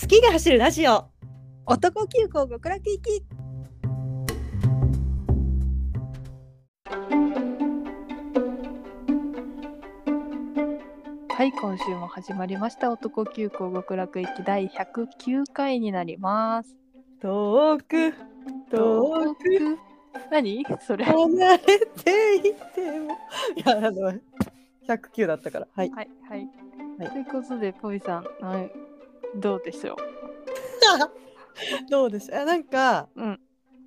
好きが走るラジオ男急行極楽行きはい、今週も始まりました男急行極楽行き第109回になります。遠く遠く何それ。は離れていても いやあの109だったからはいい、はい。はいということで、ポイさん、はい、どうでしょうどうでしょうあなんか、うん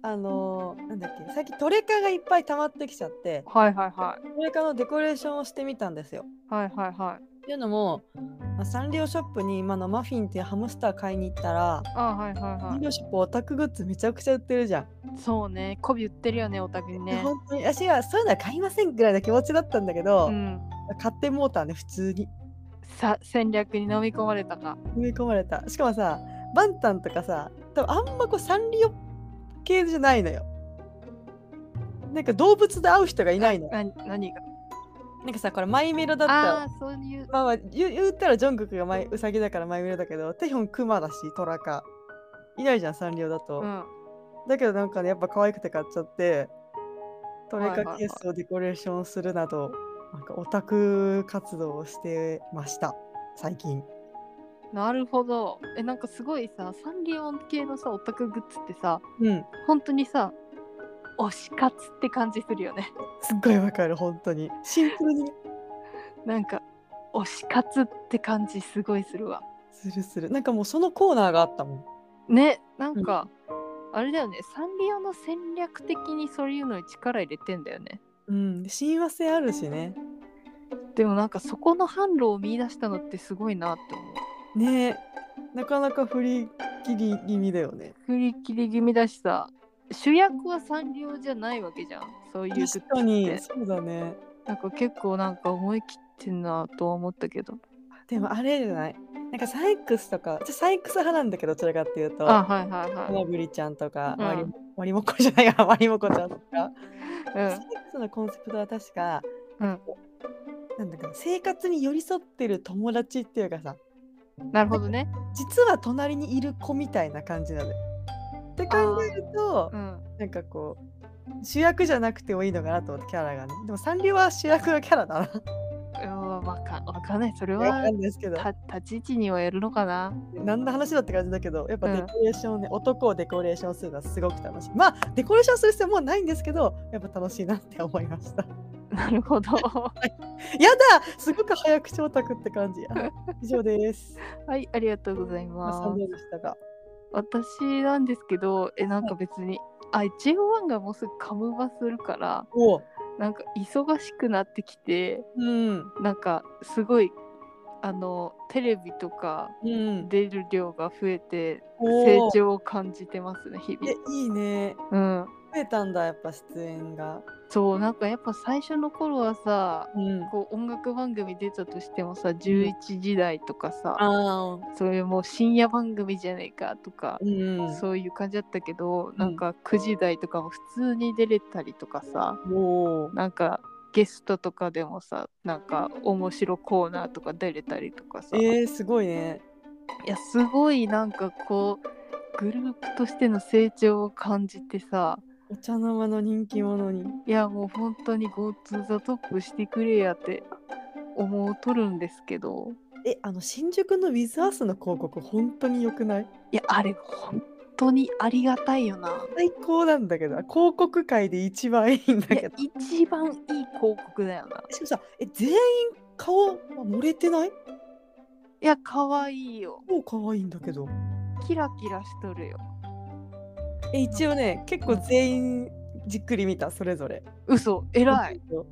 あのーなんだっけ最近トレカがいっぱい溜まってきちゃってはいはいはトレカのデコレーションをしてみたんですよ。い。はいはいはい。っていうのもあサンリオショップに今のマフィンっていうハムスター買いに行ったらあはいはいサはンリオショップオタクグッズめちゃくちゃ売ってるじゃん。い。そうね、媚び売ってるよね、お宅にでね。本当に私はそういうのは買いませんぐらいの気持ちだったんだけど、うん。買ってもうたね普通にさ、戦略に飲み込まれたか。踏み込まれたしかもさバンタンとかさ多分あんまこうサンリオ系じゃないのよなんか動物で会う人がいないのな、何が。なんかさこれマイメロだったああらー、そういう。まあまあ言う言ったらジョングクがマイウサギだからマイメロだけどテヒョンクマだしトラかいないじゃんサンリオだと、うん。だけどなんかねやっぱ可愛くて買っちゃってトレはいはカいはいケースをデコレーションするなどなんかオタク活動をしてました最近なるほど。え、なんかすごいさ、サンリオ系のさ、オタクグッズってさ、うん本当にさ推し活って感じするよねすっごいわかる本当にシンプルになんか推し活って感じすごいするわするするなんかもうそのコーナーがあったもんねなんか、あれだよねサンリオの戦略的にそういうのに力入れてんだよねうん親和性あるしねでもなんかそこの販路を見出したのってすごいなって思うねえなかなか振り切り気味だよね振り切り気味だしさ主役はサンリオじゃないわけじゃんそういうグッズっ確かにてそうだねなんか結構なんか思い切ってんなとは思ったけどでもあれじゃないなんかサイクスとかじゃサイクス派なんだけどどちらかっていうとあはいはいは花ぶりちゃんとか、うんマリマリモコじゃない やマリモコちゃんとか、サイいクスのコンセプトは確か、うんなんだかな生活に寄り添ってる友達っていうかさうんなるほどね実は隣にいる子みたいな感じなのよ。って考えるとうんなんかこう主役じゃなくてもいいのかなと思ってキャラがねでもサンリオは主役のキャラだなうわわかんわかんないそれわはかんないですけどた立ち位置にはやるのかな 何の話だって感じだけどやっぱうんデコレーションね、男をデコレーションするのはすごく楽しいまあデコレーションする必要もうないんですけどやっぱ楽しいなって思いました なるほど はやだすごく早口オタクって 感じあ以上ですいありがとうございまあま3す秒でしたが私なんですけどえなんか別にあ JO1 がもうすぐカムバするからおうなんか忙しくなってきてうんなんかすごいあのテレビとかうん出る量が増えてお成う長を感じてますね日えいいね々うん増えたんだやっぱ出演がそうなんかやっぱ最初の頃はさうんこう音楽番組出たとしてもさ11時台とかさ、あそういうもう深夜番組じゃねえかとか、うんそういう感じだったけど、なんか9時台とかも普通に出れたりとかさおうなんかゲストとかでもさなんか面白コーナーとか出れたりとかさ、いえー、すごいねやすごいなんかこうグループとしての成長を感じてさお茶の間の人気者にいやもう本当に GoTo ザトップしてくれやって思うとるんですけどえあの新宿のウィズアースの広告本当に良くないいやあれ本当にありがたいよな。最高なんだけど広告界で一番いいんだいけやど一番いい広告だよな。しかもさえ全員顔漏れてないいや、可愛いよ。もう可愛いんだけどキラキラしとるよ。え一応ね結構全員じっくり見たそれぞれ嘘、偉い。う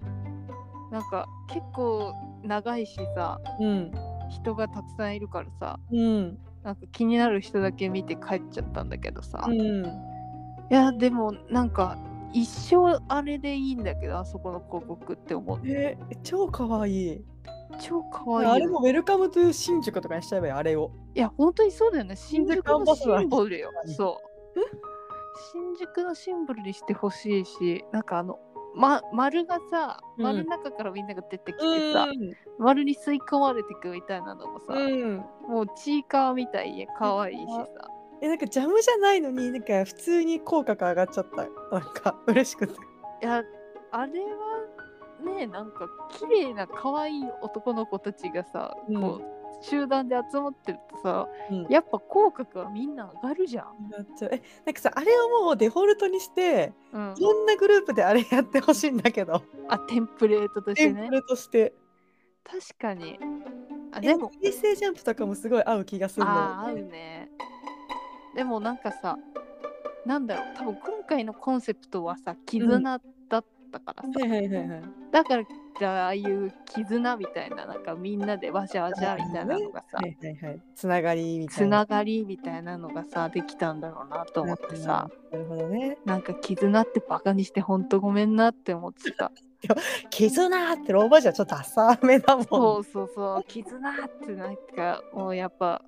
なんか、結構長いしさ、ん人がたくさんいるからさ、うんなんか気になる人だけ見て帰っちゃったんだけどさ。ういんや、でも、なんか、一生あれでいいんだけど、あそこの広告って思う。え超可愛い超可あ愛いれよ。もウェルカムトゥ新宿とかにしちゃえばいいあれをいや、本当にそうだよね。新宿アンのバサダーシンボルよう。んそう。新宿のシンボルにしてほしいし、なんかあの、ま、丸がさうん丸の中からみんなが出てきてさ、うん丸に吸い込まれていくみたいなのもさ、うんもうチーカーみたいで可愛いしさえなんかジャムじゃないのになんか普通に口角上がっちゃったなんか 嬉しくていやあれはねなんか綺麗な可愛い男の子たちがさ、うんこう集団で集まってるとさうんやっぱ口角はみんな上がるじゃん。なっちゃうえなんかさあれをもうデフォルトにしてうんいろんなグループであれやってほしいんだけどあテンプレートとしシてンプね。ルとして確かに。あえでも、平成ジャンプとかもすごい合う気がするのあー合うね。でもなんかさなんだろう多分今回のコンセプトはさ絆だったからさ、はいはいはいはいだからじゃあああいう絆みたいななんかみんなでわしゃわしゃみたいなのがさ、はいはいはいつながりみたついなながりみたいなのがさできたんだろうなと思ってさ、なるほどねなんか絆ってバカにしてほんとごめんなって思って た絆って老婆じゃちょっと浅めだもんそうそうそう絆ってなんかもうやっぱ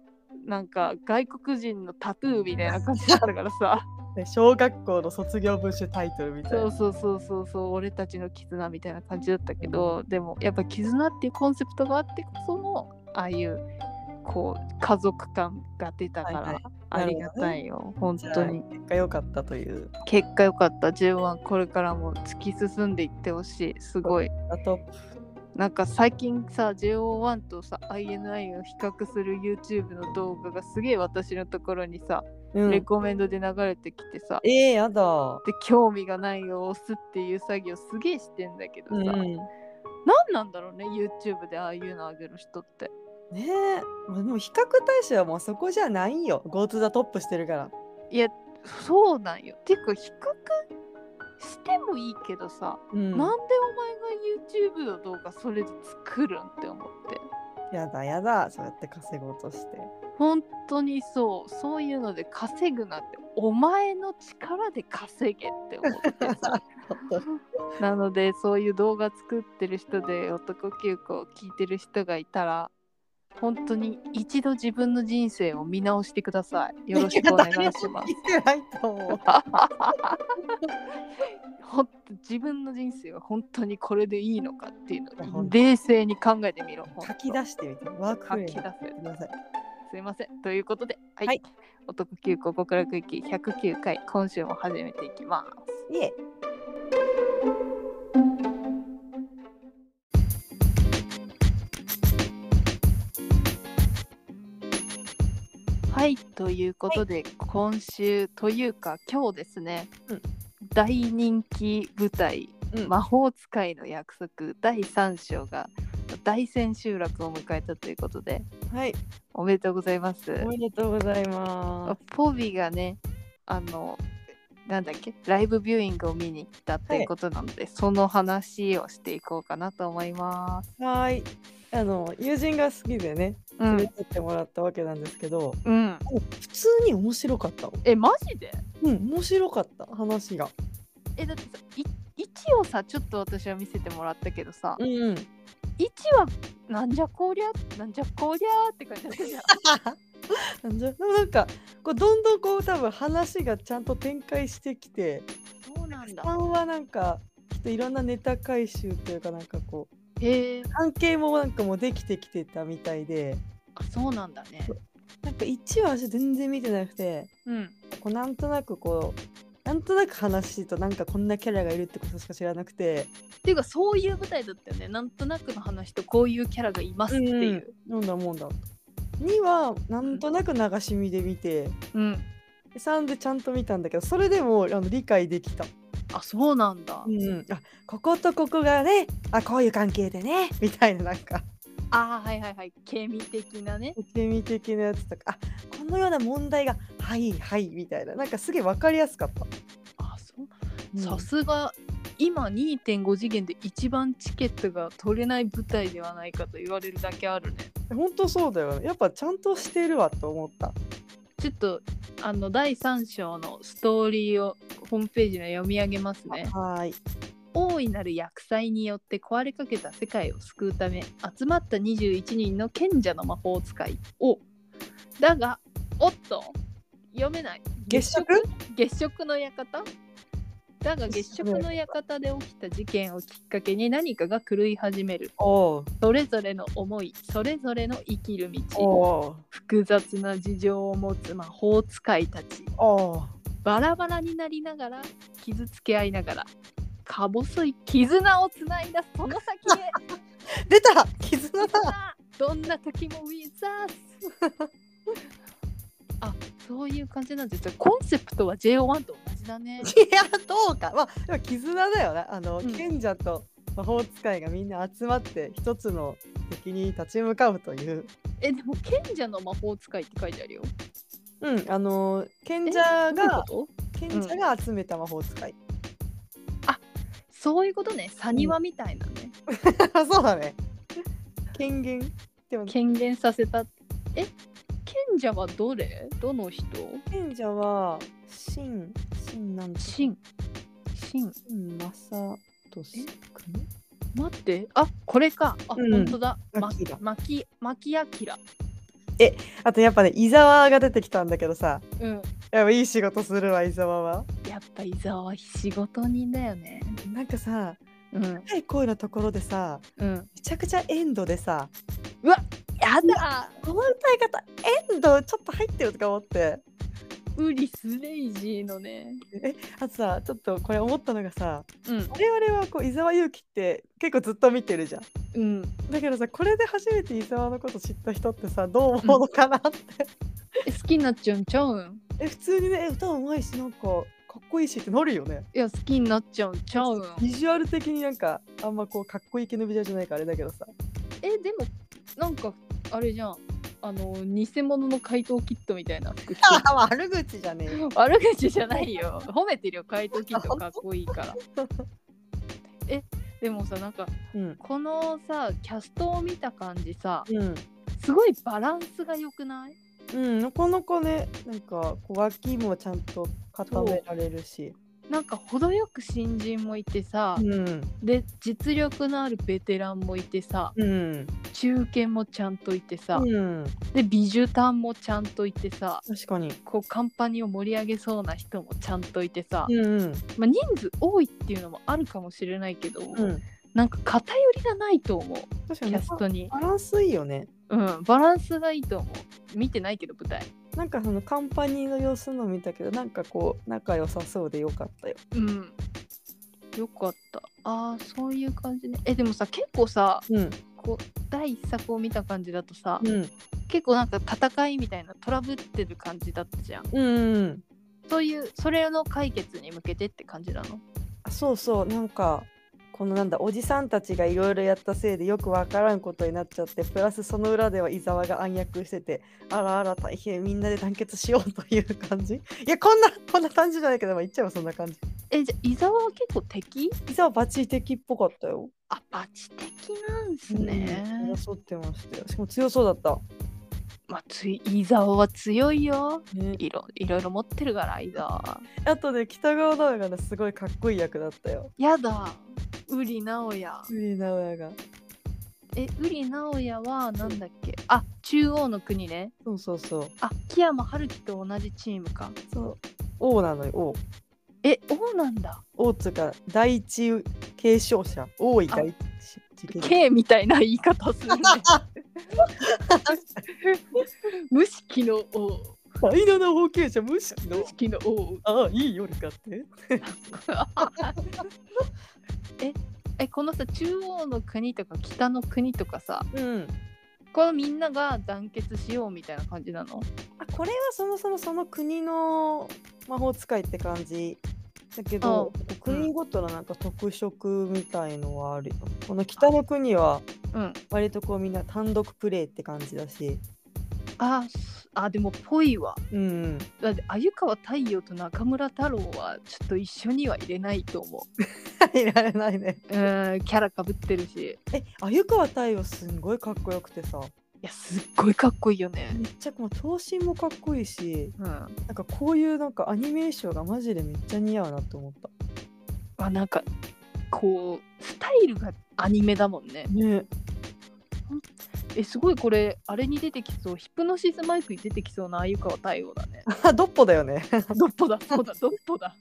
なんか外国人のタトゥーみたいな感じだったからさね小学校の卒業文集タイトルみたいなそうそうそうそうそう俺たちの絆みたいな感じだったけどでもやっぱ絆っていうコンセプトがあってこそのああいうこう家族感が出たかはいはらいありがたいよ、本じゃ当あに結果良かったという結果良かった10万これからも突き進んでいってほしいすごいあとなんか最近さ JO1 とさ INI を比較する YouTube の動画がすげえ私のところにさ、うんレコメンドで流れてきてさええやだで興味がないを押すっていう作業すげえしてんだけどさ、うんなん、ね何なんだろうね YouTube でああいうのあげる人ってえもう比較対象はもうそこじゃないよ GoTo ザトップしてるからいやそうなんよていうか比較してもいいけどさ、うなんでんお前が YouTube の動画それで作るんって思ってやだやだそうやって稼ごう として本当にそうそういうので稼ぐなんてお前の力で稼げって思って さなのでそういう動画作ってる人で男急行を聞いてる人がいたら本当に一度自分の人生を見直してくださいよろしくお願いしますいや誰も聞いてないと思うほんと自分の人生は本当にこれでいいのかっていういやのほをんと冷静に考えてみろほんと書き出してみてワークフ書レーき出ムせくださいすいません。ということで、はい。はいお得急行極楽行き109回、今週も始めていきます。いえはい、ということで、今週というか、今日ですね、うん大人気舞台、うん魔法使いの約束第3章が大千秋楽を迎えたということで、はいおめでとうございます。おめでとうございますポビがね、あの、なんだっけライブビューイングを見に行ったっていうことなので、その話をしていこうかなと思います。はーいあの友人が好きでねう連んれてってもらったわけなんですけど、うん、普通に面白かったわえマジでうん面白かった話がえだってさい1をさちょっと私は見せてもらったけどさうん1はなんじゃこりゃなんじゃこりゃって感じだったじゃんなんじゃでもなんかこうどんどんこう多分話がちゃんと展開してきてそうなん3はなんかきっといろんなネタ回収というかなんかこうへえ関係もなんかもうできてきてたみたいであそうなんだねなんか1は私全然見てなくてうんこうなんとなくこうなんとなく話となんかこんなキャラがいるってことしか知らなくてっていうかそういう舞台だったよねなんとなくの話とこういうキャラがいますっていう飲んだもんだ2はなんとなく流し見で見てうん、 3でちゃんと見たんだけどそれでもあの理解できたあそうなんだ、うん、あこことここがねあこういう関係でねみたいななんかあーはいはいはいケミ的なね受け身的なやつとかあこのような問題がはいはいみたいななんかすげえ分かりやすかった。あそううんさすが今2.5次元で一番チケットが取れない舞台ではないかと言われるだけあるね本当そうだよねやっぱちゃんとしてるわと思った。ちょっとあの第3章のストーリーをホームページの読み上げますね。はーい大いなる厄災によって壊れかけた世界を救うため集まった21人の賢者の魔法使いをだがおっと読めない月食月食の館だが月食の館で起きた事件をきっかけに何かが狂い始めるおうそれぞれの思いそれぞれの生きる道おう複雑な事情を持つ魔法使いたちおうバラバラになりながら傷つけ合いながらか細い絆をつないだその先へ出た絆だどんな時もウィザースあそういう感じなんですよコンセプトは JO1 と同じだねいやどうかまあでも絆だよねあの、うん賢者と魔法使いがみんな集まって一つの敵に立ち向かうというえでも賢者の魔法使いって書いてあるようんあの賢者えどういうこがと賢者が集めた魔法使い、そういうことねサニワみたいなね、 そう だね権限でも権限させたえ賢者はどれどの人賢者は真真なんとかシンシン真正俊君待ってあこれかあ、うん本当だまマキラマキマキアキラあとやっぱね伊沢が出てきたんだけどさうんやっぱいい仕事するわ伊沢はやっぱ伊沢は仕事人だよねなんかさうん高い声のところでさうんめちゃくちゃエンドでさやだこの歌い方エンドちょっと入ってるとか思ってウリスレイジーのねあとさちょっとこれ思ったのがさうん我々はこう伊沢祐樹って結構ずっと見てるじゃんうんだけどさこれで初めて伊沢のこと知った人ってさどう思うのかなって、え好きになっちゃうんちゃうんえ普通にねえ歌うまいしなんかかっこいいしってなるよねいや好きになっちゃうんちゃうんビジュアル的になんかあんまこうかっこいい系のビジュアルじゃないからあれだけどさえでもなんかあれじゃんあの偽物の怪盗キットみたいな服着てあ悪口じゃねえよ 悪口じゃないよ褒めてるよ怪盗キットかっこいい からえでもさなんかうんこのさキャストを見た感じさうんすごいバランスが良くないうん、なかなかねなんかこう脇もちゃんと固められるしなんか程よく新人もいてさ、うんで実力のあるベテランもいてさうん中堅もちゃんといてさ、うんで美術ンもちゃんといてさ確かにこうカンパニーを盛り上げそうな人もちゃんといてさ、うんうんまあ、人数多いっていうのもあるかもしれないけど、うんなんか偏りがないと思う確かキにャストに、バランスいいよねうん、バランスがいいと思う見てないけど舞台なんかそのカンパニーの様子の見たけどなんかこう仲良さそうでよかったようんよかったあーそういう感じねえでもさ結構さうんこう第一作を見た感じだとさ、うん結構なんか戦いみたいなトラブってる感じだったじゃんうんうんそういうそれの解決に向けてって感じなのあそうそうなんかこのなんだおじさんたちがいろいろやったせいでよくわからんことになっちゃってプラスその裏では伊沢が暗躍しててあらあら大変みんなで団結しようという感じいやこんなこんな感じじゃないけど、まあ、言っちゃえばそんな感じえじゃあ伊沢は結構敵伊沢バチ的っぽかったよあバチ的なんすね、うん争ってましたよしかも強そうだったまあつい伊沢は強いよねいろいろいろ持ってるから伊沢はあとね北川直哉がねすごいかっこいい役だったよやだウリ直哉ウリ直哉がえウリ直哉はなんだっけあ中央の国ねそうそうそうあ木山春樹と同じチームかそう王なのよ王え王なんだ王っつうか第一継承者王位第一継承者 K みたいな言い方するね 無視機の王第七方形者無識無の視機の王ああいい夜かって ええこのさ中央の国とか北の国とかさうんこのみんなが団結しようみたいな感じなのあこれはそもそもその国の魔法使いって感じだけど国ごとのなんか特色みたいのはあるよ、この北の国はうん割とこうみんな単独プレイって感じだしあすあでもぽいわうんだって鮎川太陽と中村太郎はちょっと一緒には入れないと思いられないねううんキャラかぶってるしえ鮎川太陽すんごいかっこよくてさいやすっごいかっこいいよねめっちゃこう頭身もかっこいいしうんなんかこういうなんかアニメーションがマジでめっちゃ似合うなって思ったあなんかこうスタイルがアニメだもんね ねえすごいこれあれに出てきそうヒプノシスマイクに出てきそうな鮎川太陽だねあドッポだよねドッポだそうだドッポだ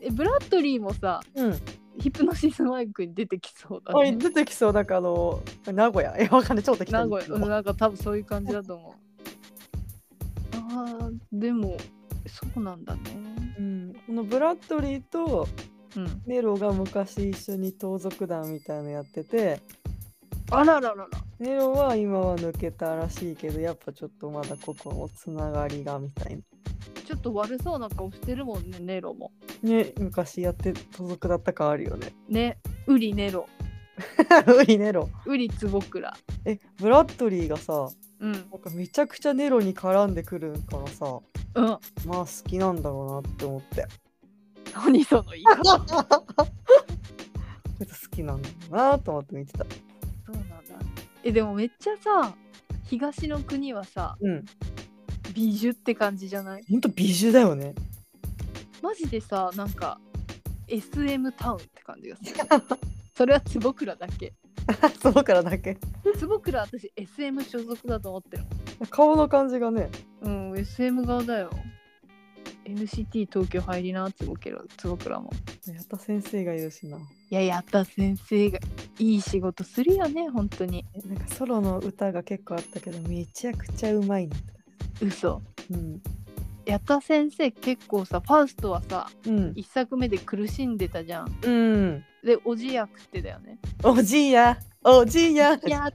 えブラッドリーもさうん。ヒプノシスマイクに出てきそうだあれね出てきそうなんかあの名古屋えわかんない超適当名に言古屋うってるんわなんか多分そういう感じだと思うあーでもそうなんだねうん、このブラッドリーとうんネロが昔一緒に盗賊団みたいなのやっててあららららネロは今は抜けたらしいけどやっぱちょっとまだここのつながりがみたいなちょっと悪そうな顔してるもんねネロもね昔やって盗賊だった感あるよね ねウリネロういネロウリツボクラえブラッドリーがさうんなんかめちゃくちゃネロに絡んでくるからさうんまあ好きなんだろうなって思って何その言い方そこいつ好きなんだろうなと思って見てたうなんだえでもめっちゃさ東の国はさうん美女って感じじゃないほんと美女だよねマジでさなんか SM タウンって感じがす るそれは坪倉だけ そうからだけ坪倉私 SM 所属だと思ってる顔の感じがねもんうん SM 側だよ NCT 東京入りな坪倉坪倉もやった先生が言うしないややった先生がいい仕事するよね本当にえなんかソロの歌が結構あったけどめちゃくちゃうまいな嘘うんやった先生結構さファーストはさうん1作目で苦しんでたじゃんうんでおじやくってだよねおじいやおじいやいや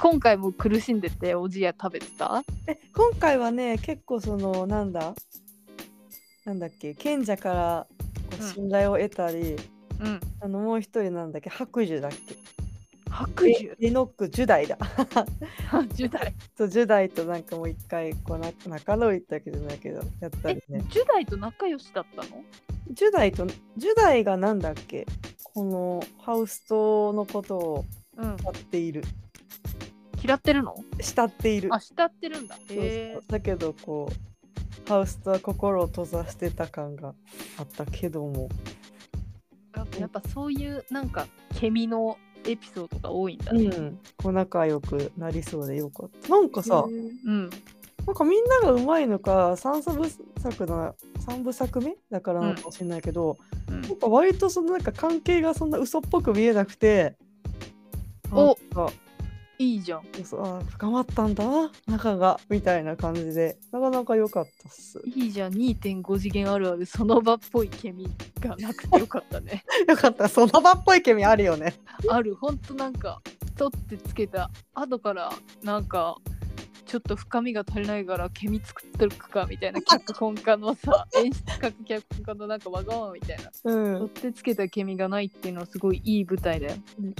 今回も苦しんでておじや食べてた え今回はね結構そのなんだなんだっけ賢者からこううん信頼を得たり、うんあのもう一人なんだっけ白樹だっけ白寿えレノック10代だ10代そう10代となんかもう一回こうな仲直りってわけじゃないけどやったえりね10代と仲良しだったの10代と10代がなんだっけこのハウス島のことをうん慕っている嫌ってるの慕っているあ慕ってるんだそうそうへえだけどこうハウスとは心を閉ざしてた感があったけどもやっぱそういうなんかケミのエピソードが多いんだねうん、こう仲良くなりそうでよかったなんかさ、うんなんかみんながうまいのか3部作の三部作目だからなのかもしれないけど、うんなんか割とそのなんか関係がそんな嘘っぽく見えなくておなんかいいじゃんそうあー深まったんだな仲がみたいな感じでなかなか良かったっす いいじゃん2.5次元あるあるその場っぽいケミがなくてよかったねよかったその場っぽいケミあるよね あるほんとなんか取ってつけた後からなんかちょっと深みが足りないからケミ作ってるかみたいな脚本家のさ演出家脚本家のなんかわがままみたいなうん取ってつけたケミがないっていうのはすごいいい舞台だよ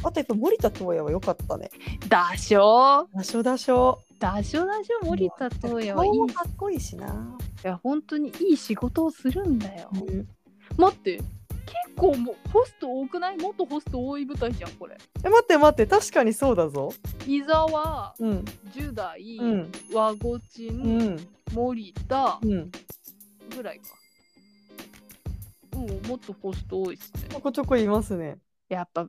あとやっぱ森田智也は良かったねだしょだしょだしょだしょだしょ森田顔東也はいいもかっこいいしな、いや本当にいい仕事をするんだよ、待って結構もうホスト多くないもっとホスト多い舞台じゃんこれえ待って待って確かにそうだぞ伊沢うん10代、うん和ごちうんん森田うんぐらいかうんもっとホスト多いっすねちょこちょこいますね やっぱ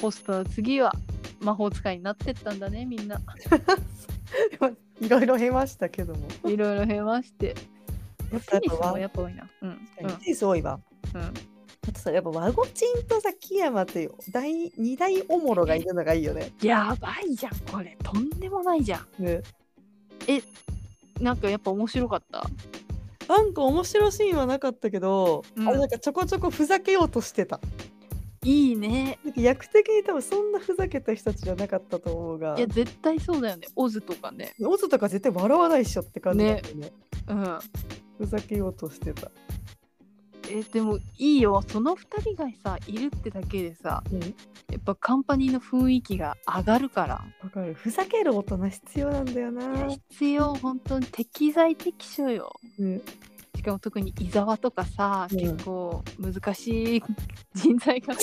ホストの次は魔法使いになってったんだねみ んないろいろ減ましたけどもいろいろ減ましてやっテぱニスもややっっぱ多いなうんぱテニス多いわうんうんあとさやっぱ和ゴチンとさ木山という大二大おもろがいるのがいいよねやばいじゃんこれとんでもないじゃんねなんかやっぱ面白かったなんか面白いシーンはなかったけど、うんあれなんかちょこちょこふざけようとしてたいいねなんか役的に多分そんなふざけた人たちじゃなかったと思うがいや絶対そうだよねオズとかねオズとか絶対笑わないっしょって感じだよねうんふざけようとしてた、えでもいいよその2人がさいるってだけでさうん、やっぱカンパニーの雰囲気が上がるからわかるふざける大人必要なんだよいやな、必要本当に適材適所ようん、しかも特に伊沢とかさ、うん結構難しい人材がさ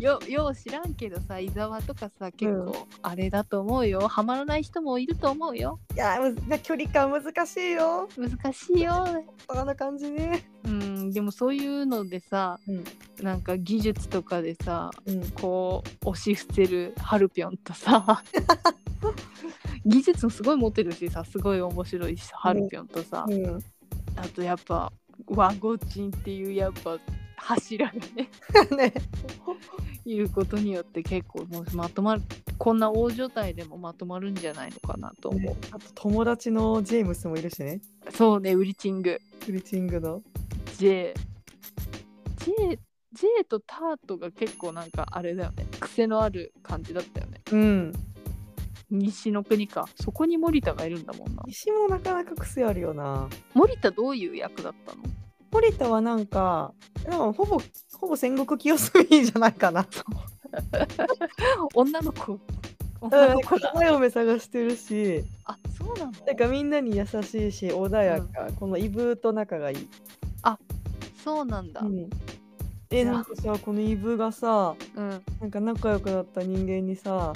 よよう知らんけどさ伊沢とかさ結うん構あれだと思うよハマらない人もいると思うよいやむずな距離感難しいよ難しいよあの感じね、うんでもそういうのでさ、うんなんか技術とかでさうん、こう押し伏せるハルピョンと さ技術もすごい持ってるしさすごい面白いしハルピョンとさ、うんあとやっぱワゴチンっていうやっぱ柱がね ねいうことによって結構もうまとまるこんな大所帯でもまとまるんじゃないのかなと思う、あと友達のジェームスもいるしねそうねウリチングクリチングの J J J とタートが結構なんかあれだよね癖のある感じだったよねうん西の国かそこに森田がいるんだもんな石もなかなか癖あるよな森田どういう役だったの堀田はなんかでもほぼほぼ戦国清澄じゃないかな女の子女の子だ花嫁探してるしあそうなのなんかみんなに優しいし穏やか、このイブと仲がいい、そうなんだうんえなんかさこのイブがさうんうんなんか仲良くなった人間にさ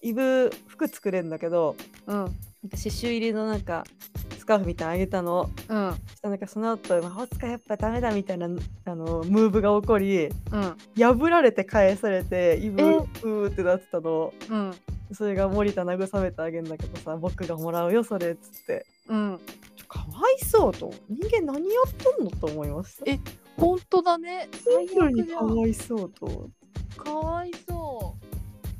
イブ服作れんだけどうんなんか刺繍入りのなんかスカーフみたいなのあげたのうんそしたらなんかその後魔法使いやっぱダメだみたいなあのムーブが起こうりん破られて返されてイブえうーってなってたのうんそれが森田慰めてあげんだけどさ僕がもらうよそれっつってうんかわいそうと人間何やってんのと思いますえ本当だね最シンプル悪にじかゃんわいそうとかわいそう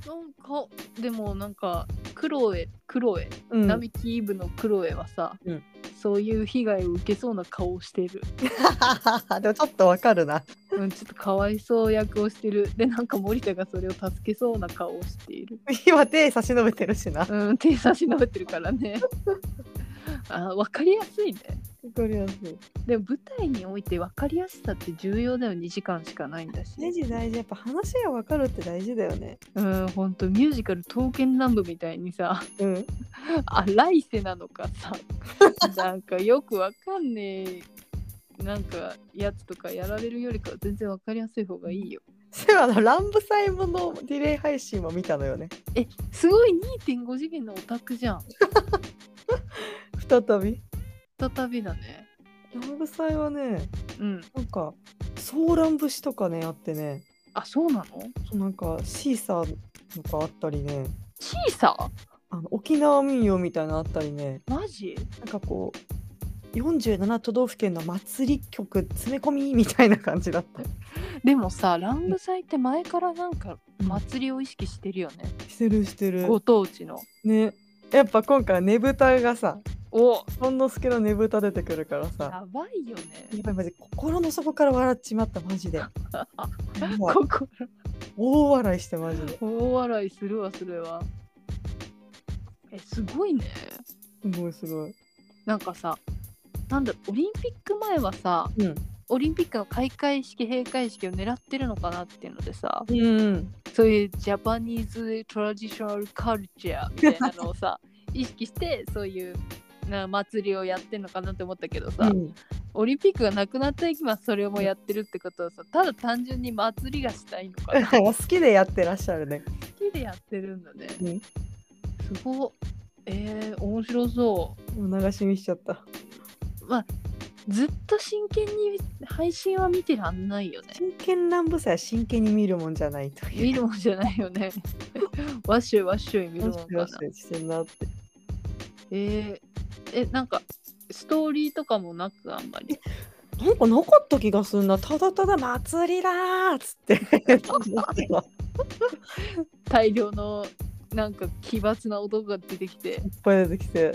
なんかでもなんかクロエクロエうん並木イブのクロエはさ、うんそういう被害を受けそうな顔をしている、 でもちょっとわかるなうん、ちょっとかわいそう役をしてるでなんか森田がそれを助けそうな顔をしている、 今手差し伸べてるしなわうん、手差し伸べてるからねあ分かりやすいねかりやすいでも舞台において分かりやすさって重要だよ2時間しかないんだし大事大事やっぱ話がわかるって大事だよねうんほんとミュージカル「刀剣乱舞」みたいにさ うんあ来世なのかさなんかよくわかんねえなんかやつとかやられるよりかは全然わかりやすい方がいいよそういえばあの乱舞祭ものディレイ配信も見たのよねえすごい2.5次元のオタクじゃん再び再びだね乱舞祭はねうんなんかソーラン節とかねあってねあそうなのそうなんかシーサーとかあったりねシーサーあの沖縄民謡みたいなのあったりねマジなんかこう47都道府県の祭り曲詰め込みみたいな感じだったでもさ乱舞祭って前からなんか祭りを意識してるよね、してるしてるご当地のねやっぱ今回はねぶたがさおほんのすけのねぶた出てくるからさやばいよねやっぱりマジ心の底から笑っちまったマ ジでもう 心大笑いしてマジで大笑いするわそれはえすごいねすごいすごいなんかさなんだオリンピック前はさうんオリンピックの開会式閉会式を狙ってるのかなっていうのでさうんそういうジャパニーズトラディショナルカルチャーみたいなのを さ意識してそういうな祭りをやってるのかなって思ったけどさ、うん オリンピックがなくなった今それもやってるってことはさただ単純に祭りがしたいのかな好好きでやってらっしゃるねきでやってるんだね、うんすごっえー、面白そうもう流し見しちゃったずっと真剣に配信は見てらんないよね。真剣乱舞祭は真剣に見るもんじゃないという見るもんじゃないよ ね。わっしょいわっしょい見るもんかなよし。よししてんなってえー、え、なんかストーリーとかもなくあんまり。なんかなかった気がするなただただ祭りだーっつって 大量のなんか奇抜な男が出てきてい、っぱい出てきて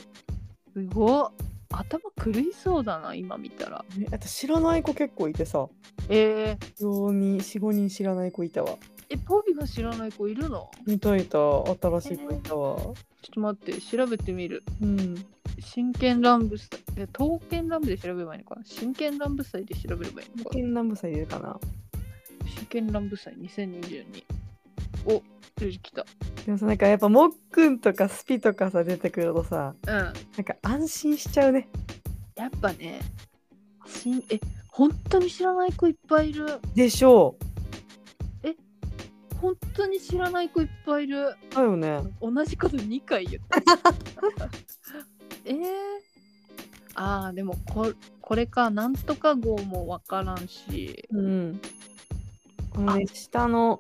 すごっ頭狂いそうだな、今見たら。ねあと知らない子結構いてさえー、 4人45人知らない子いたわえ、ポビが知らない子いるのいたいた新しい子いたわ、ちょっと待って、調べてみる。うん真剣乱舞祭。いや刀剣乱舞で調べればいいのかな真剣乱舞祭で調べればいいのかな真剣乱舞祭いるかな真剣乱舞祭2022おルジ来たでもさなんかやっぱもっくんとかスピとかさ出てくるとさうんなんか安心しちゃうねやっぱねしんえ本当に知らない子いっぱいいるでしょう本当に知らない子いっぱいいるだよね同じこと2回言ったえー、あーでもここれかなんとか号もわからんし、うんこのね下の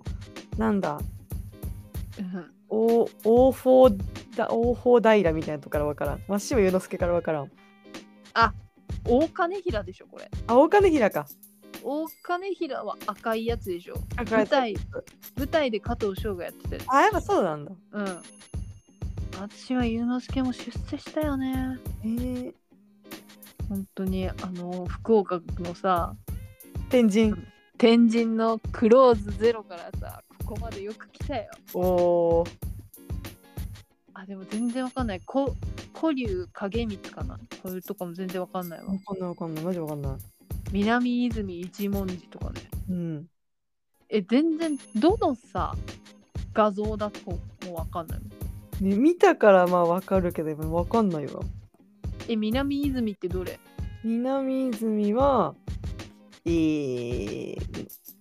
なんだうん、お王鵬だ王鵬平みたいなとこからわからん真っ白ゆのすけからわからん大金平でしょこれ青金平か大金平は赤いやつでしょ赤舞い台舞台で加藤翔がやってたやつあやっぱそうなんだうん私は祐之介も出世したよねえー、本当にあの福岡のさ天神天神のクローズゼロからさここまでよく来たよおーあでも全然わかんないこ古流影光かなこういうとかも全然わかんないわわかんないわかんないマジわかんない南泉一文字とかねうんえ全然どのさ画像だともうわかんないのね見たからまあわかるけど今わかんないわえ南泉ってどれ南泉はえー、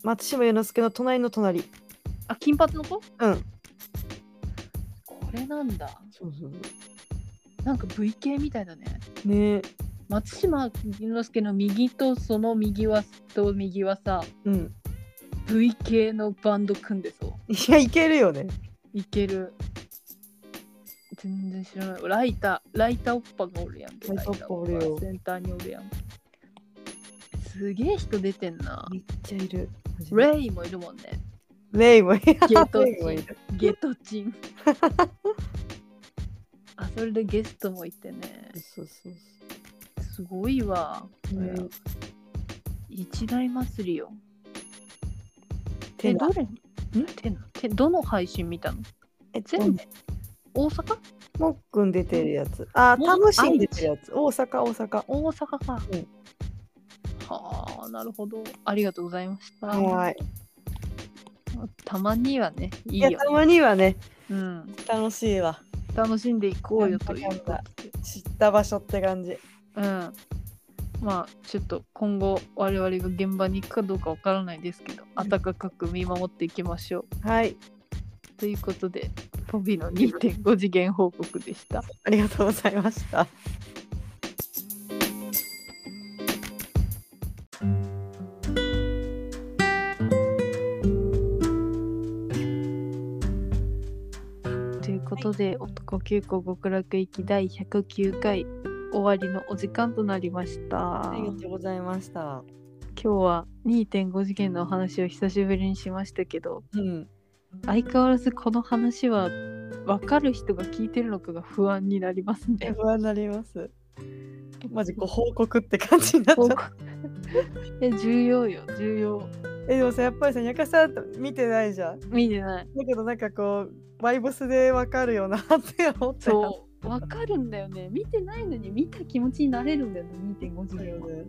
松島祐之介の隣の隣あ金髪の子うんこれなんだそうそうなんか V 系みたいだねそうね松島龍之介の右とその右はと右はさうん V 系のバンド組んでそういやいけるよねいける全然知らないライターライターおっぱがおるやんけライターおっぱおるよセンターにおるやんすげえ人出てんなめっちゃいるマジでレイもいるも んねレイもいるゲトレイもいチンるゲトチン あそれでゲストもいてねそうそうそうすごいわ、これうん一大祭りよてえなどれんてなてどの配信見たのえ全部、大阪もっくん出てるやつ。あー、もタムシン出てるやつ。大阪、大阪。大阪か、うんはあなるほどありがとうございましたはい。たまにはねいいいや、よ、たまにはね、うん、楽しいわ。楽しんでいこうよということで知った場所って感じ。うんまあちょっと今後我々が現場に行くかどうかわからないですけど温かく見守っていきましょうはい。ということでポビの2.5次元報告でしたありがとうございました。ということで、男急行極楽行き第109回終わりのお時間となりましたありがとうございました。今日は2.5次元のお話を久しぶりにしましたけどうん。相変わらずこの話は分かる人が聞いてるのかが不安になります ね。不安になります。マジ、ご報告って感じになっ報ちゃっ告え重要よ重要た。え、でもさ、やっぱりさ、にゃかさん見てないじゃん。だ見てないけど、なんかこう、バイブスでわかるよなって思ったよ。そう分かるんだよね見てないのに見た気持ちになれるんだよね2.5次だよ元は。いね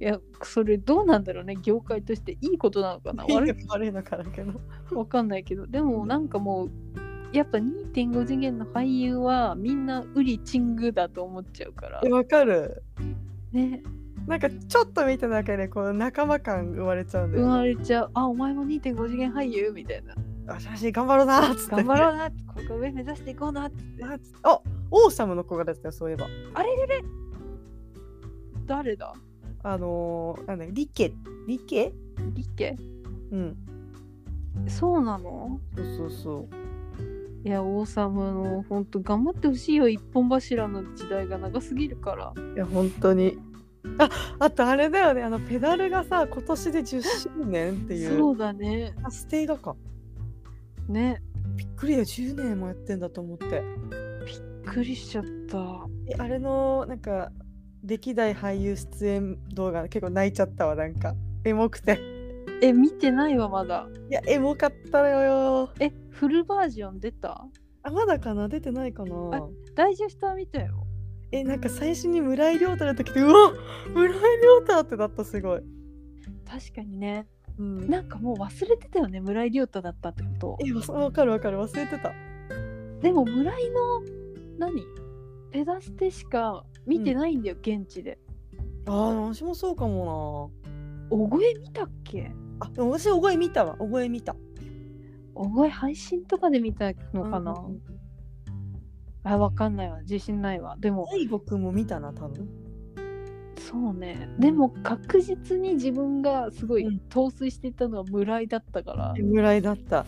やそれどうなんだろうね業界としていいことなのかな悪いいいのか悪いのかだけど。わかんないけどでもなんかもうやっぱ2.5次元の俳優はみんなウリチングだと思っちゃうからえ、わかる。ねなんかちょっと見ただけでこう仲間感生まれちゃうんだ生よ、まれちゃうあお前も2.5次元俳優みた いなよしよし頑張ろうなっつって頑張ろうなここ上目指していこうなってなっつってあオーサムの子が出てたよそういえば誰だあのー、なんだよリケリケリケうんそうなのそうそうそういや王様のほんと頑張ってほしいよ一本柱の時代が長すぎるからいや本当にああとあれだよねあのペダルがさ今年で10周年っていうそうだねあステイ画かねびっくりよ10年もやってんだと思ってびっくりしちゃったえあれのなんか歴代俳優出演動画結構泣いちゃったわなんかエモくてえ見てないわまだいやエモかったのよえフルバージョン出たあまだかな出てないかなあダイジェストは見たよえなんか最初に村井亮太の時ってうわ村井亮太ってなったすごい、確かにねうん、なんかもう忘れてたよね村井亮太だったってことえわわかるわかる忘れてたでも村井の何ペダステしか見てないんだよ、現地であー私もそうかも小声見たっけなあでも私小声見たわ小声見た小声配信とかで見たのかな、うんうんうんあわかんないわ自信ないわでも大悟くんも見たな多分そうねうんでも確実に自分がすごいうん陶酔していたのは村井だったから、え村井だった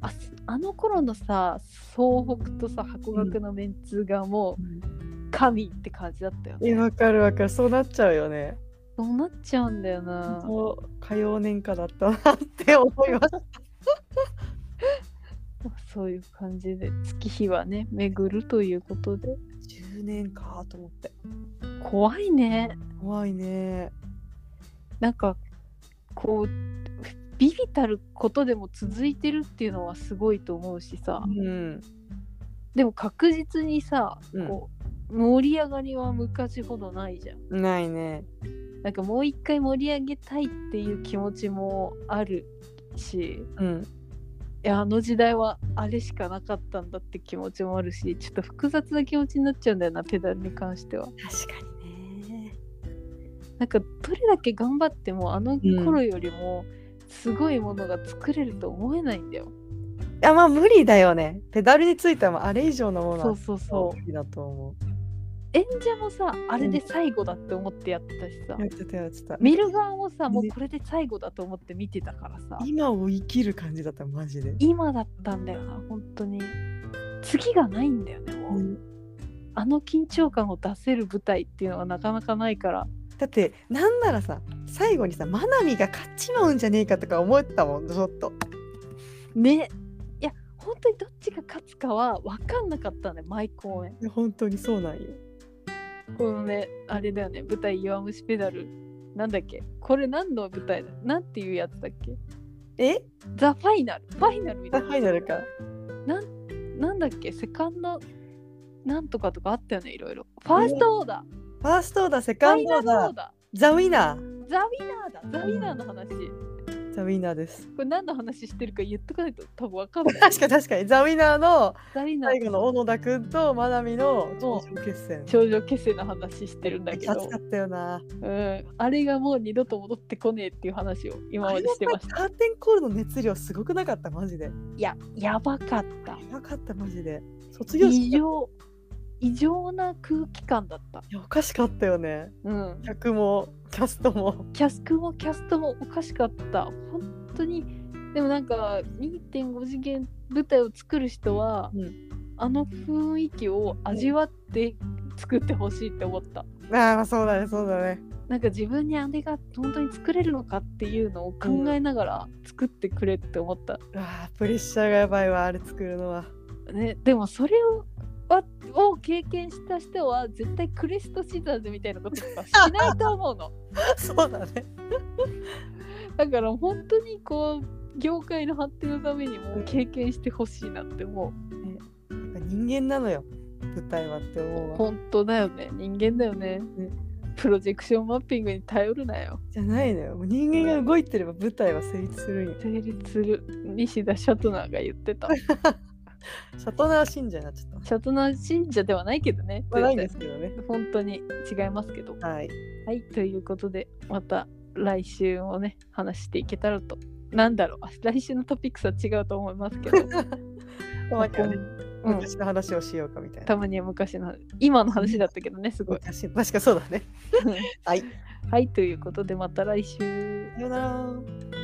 あすあの頃のさ総北とさ博学のメンツがもう神って感じだったよえ、ねわかるわかる。そうなっちゃうよね。そうなっちゃうんだよなそう、火曜年間だったなって思います。そういう感じで月日はね巡るということで10年かと思って。怖いね怖いね。なんかこうビビたることでも続いてるっていうのはすごいと思うしさうん。でも確実にさうんこう盛り上がりは昔ほどないじゃんないね。なんかもう一回盛り上げたいっていう気持ちもあるしうん。いやあの時代はあれしかなかったんだって気持ちもあるしちょっと複雑な気持ちになっちゃうんだよなペダルに関しては確かにね。なんかどれだけ頑張ってもあの頃よりもすごいものが作れると思えないんだよ、いや、まあ無理だよね。ペダルについてはあれ以上のものそうはそう無そう理だと思演者もさあれで最後だって思ってやってたしさう。やってたやってた。見る側もさもうねこれで最後だと思って見てたからさ今を生きる感じだったマジで。今だったんだよな本当に次がないんだよねもう、あの緊張感を出せる舞台っていうのがなかなかないからだってなんならさ最後にさマナミが勝っちまうんじゃねえかとか思ってたもんちょっと。ねいや本当にどっちが勝つかは分かんなかったんだよ毎公演いや本当にそうなんよ。このねあれだよね舞台「弱虫ペダル」なんだっけこれ何の舞台だなんていうやつだっけえザ・ファイナルファイナルみたあいフなァイナルか。なんだっけセカンドなんとかとかあったよねいろいろファーストオーダーファーストオーダーセフカァンイドオナールオーダーダザウィナーーザ・ウィナーだザ・ウィナーの話こザウィナーです。れ何の話してるか言っとかないと多分分かんない確かに確かにザウィナーのザ・ウィナ 最ー後の小野田くんとマナミの頂上決戦。頂上決戦の話してるんだけど熱かったよな。うん、あれがもう二度と戻ってこねえっていう話を今までしてましあれのさた。カーテンコールの熱量すごくなかったマジで。いや、やばかった。なかったマジで。卒業異式いや常、異常な空気感だった。おかしかったよね。うん。客もキャストも。キャスクもキャストもおかしかった。本当に、でもなんか2.5次元舞台を作る人は、うあの雰囲気を味わって作ってほしいって思った。ああそうだねそうだね。なんか自分にあれが本当に作れるのかっていうのを考えながら作ってくれって思った。あプレッシャーがやばいわあれ作るのは。 ね、でもそれをはを経験した人は絶対クレストシザーズみたいなこととかしないと思うのそうだね。だから本当にこう業界の発展のためにも経験してほしいなって思やっぱ人間なのよ舞台はってう思うわ。本当だよね人間だよねねプロジェクションマッピングに頼るなよじゃないのよ。もう人間が動いてれば舞台は成立するんよ。成立する西田シャトナーが言ってたシャトナー信者になっちゃった。シャトナー信者ではないけどねまあないんですけどね。本当に違いますけどはい。はい、ということで、また来週もね、話していけたらと。なんだろう、あ来週のトピックスは違うと思いますけど、まあ今日ねうん、昔の話をしようかみたいな。たまには昔の、今の話だったけどね、 すごい。昔確かそうだね。はい。はい、ということで、また来週。さようなら。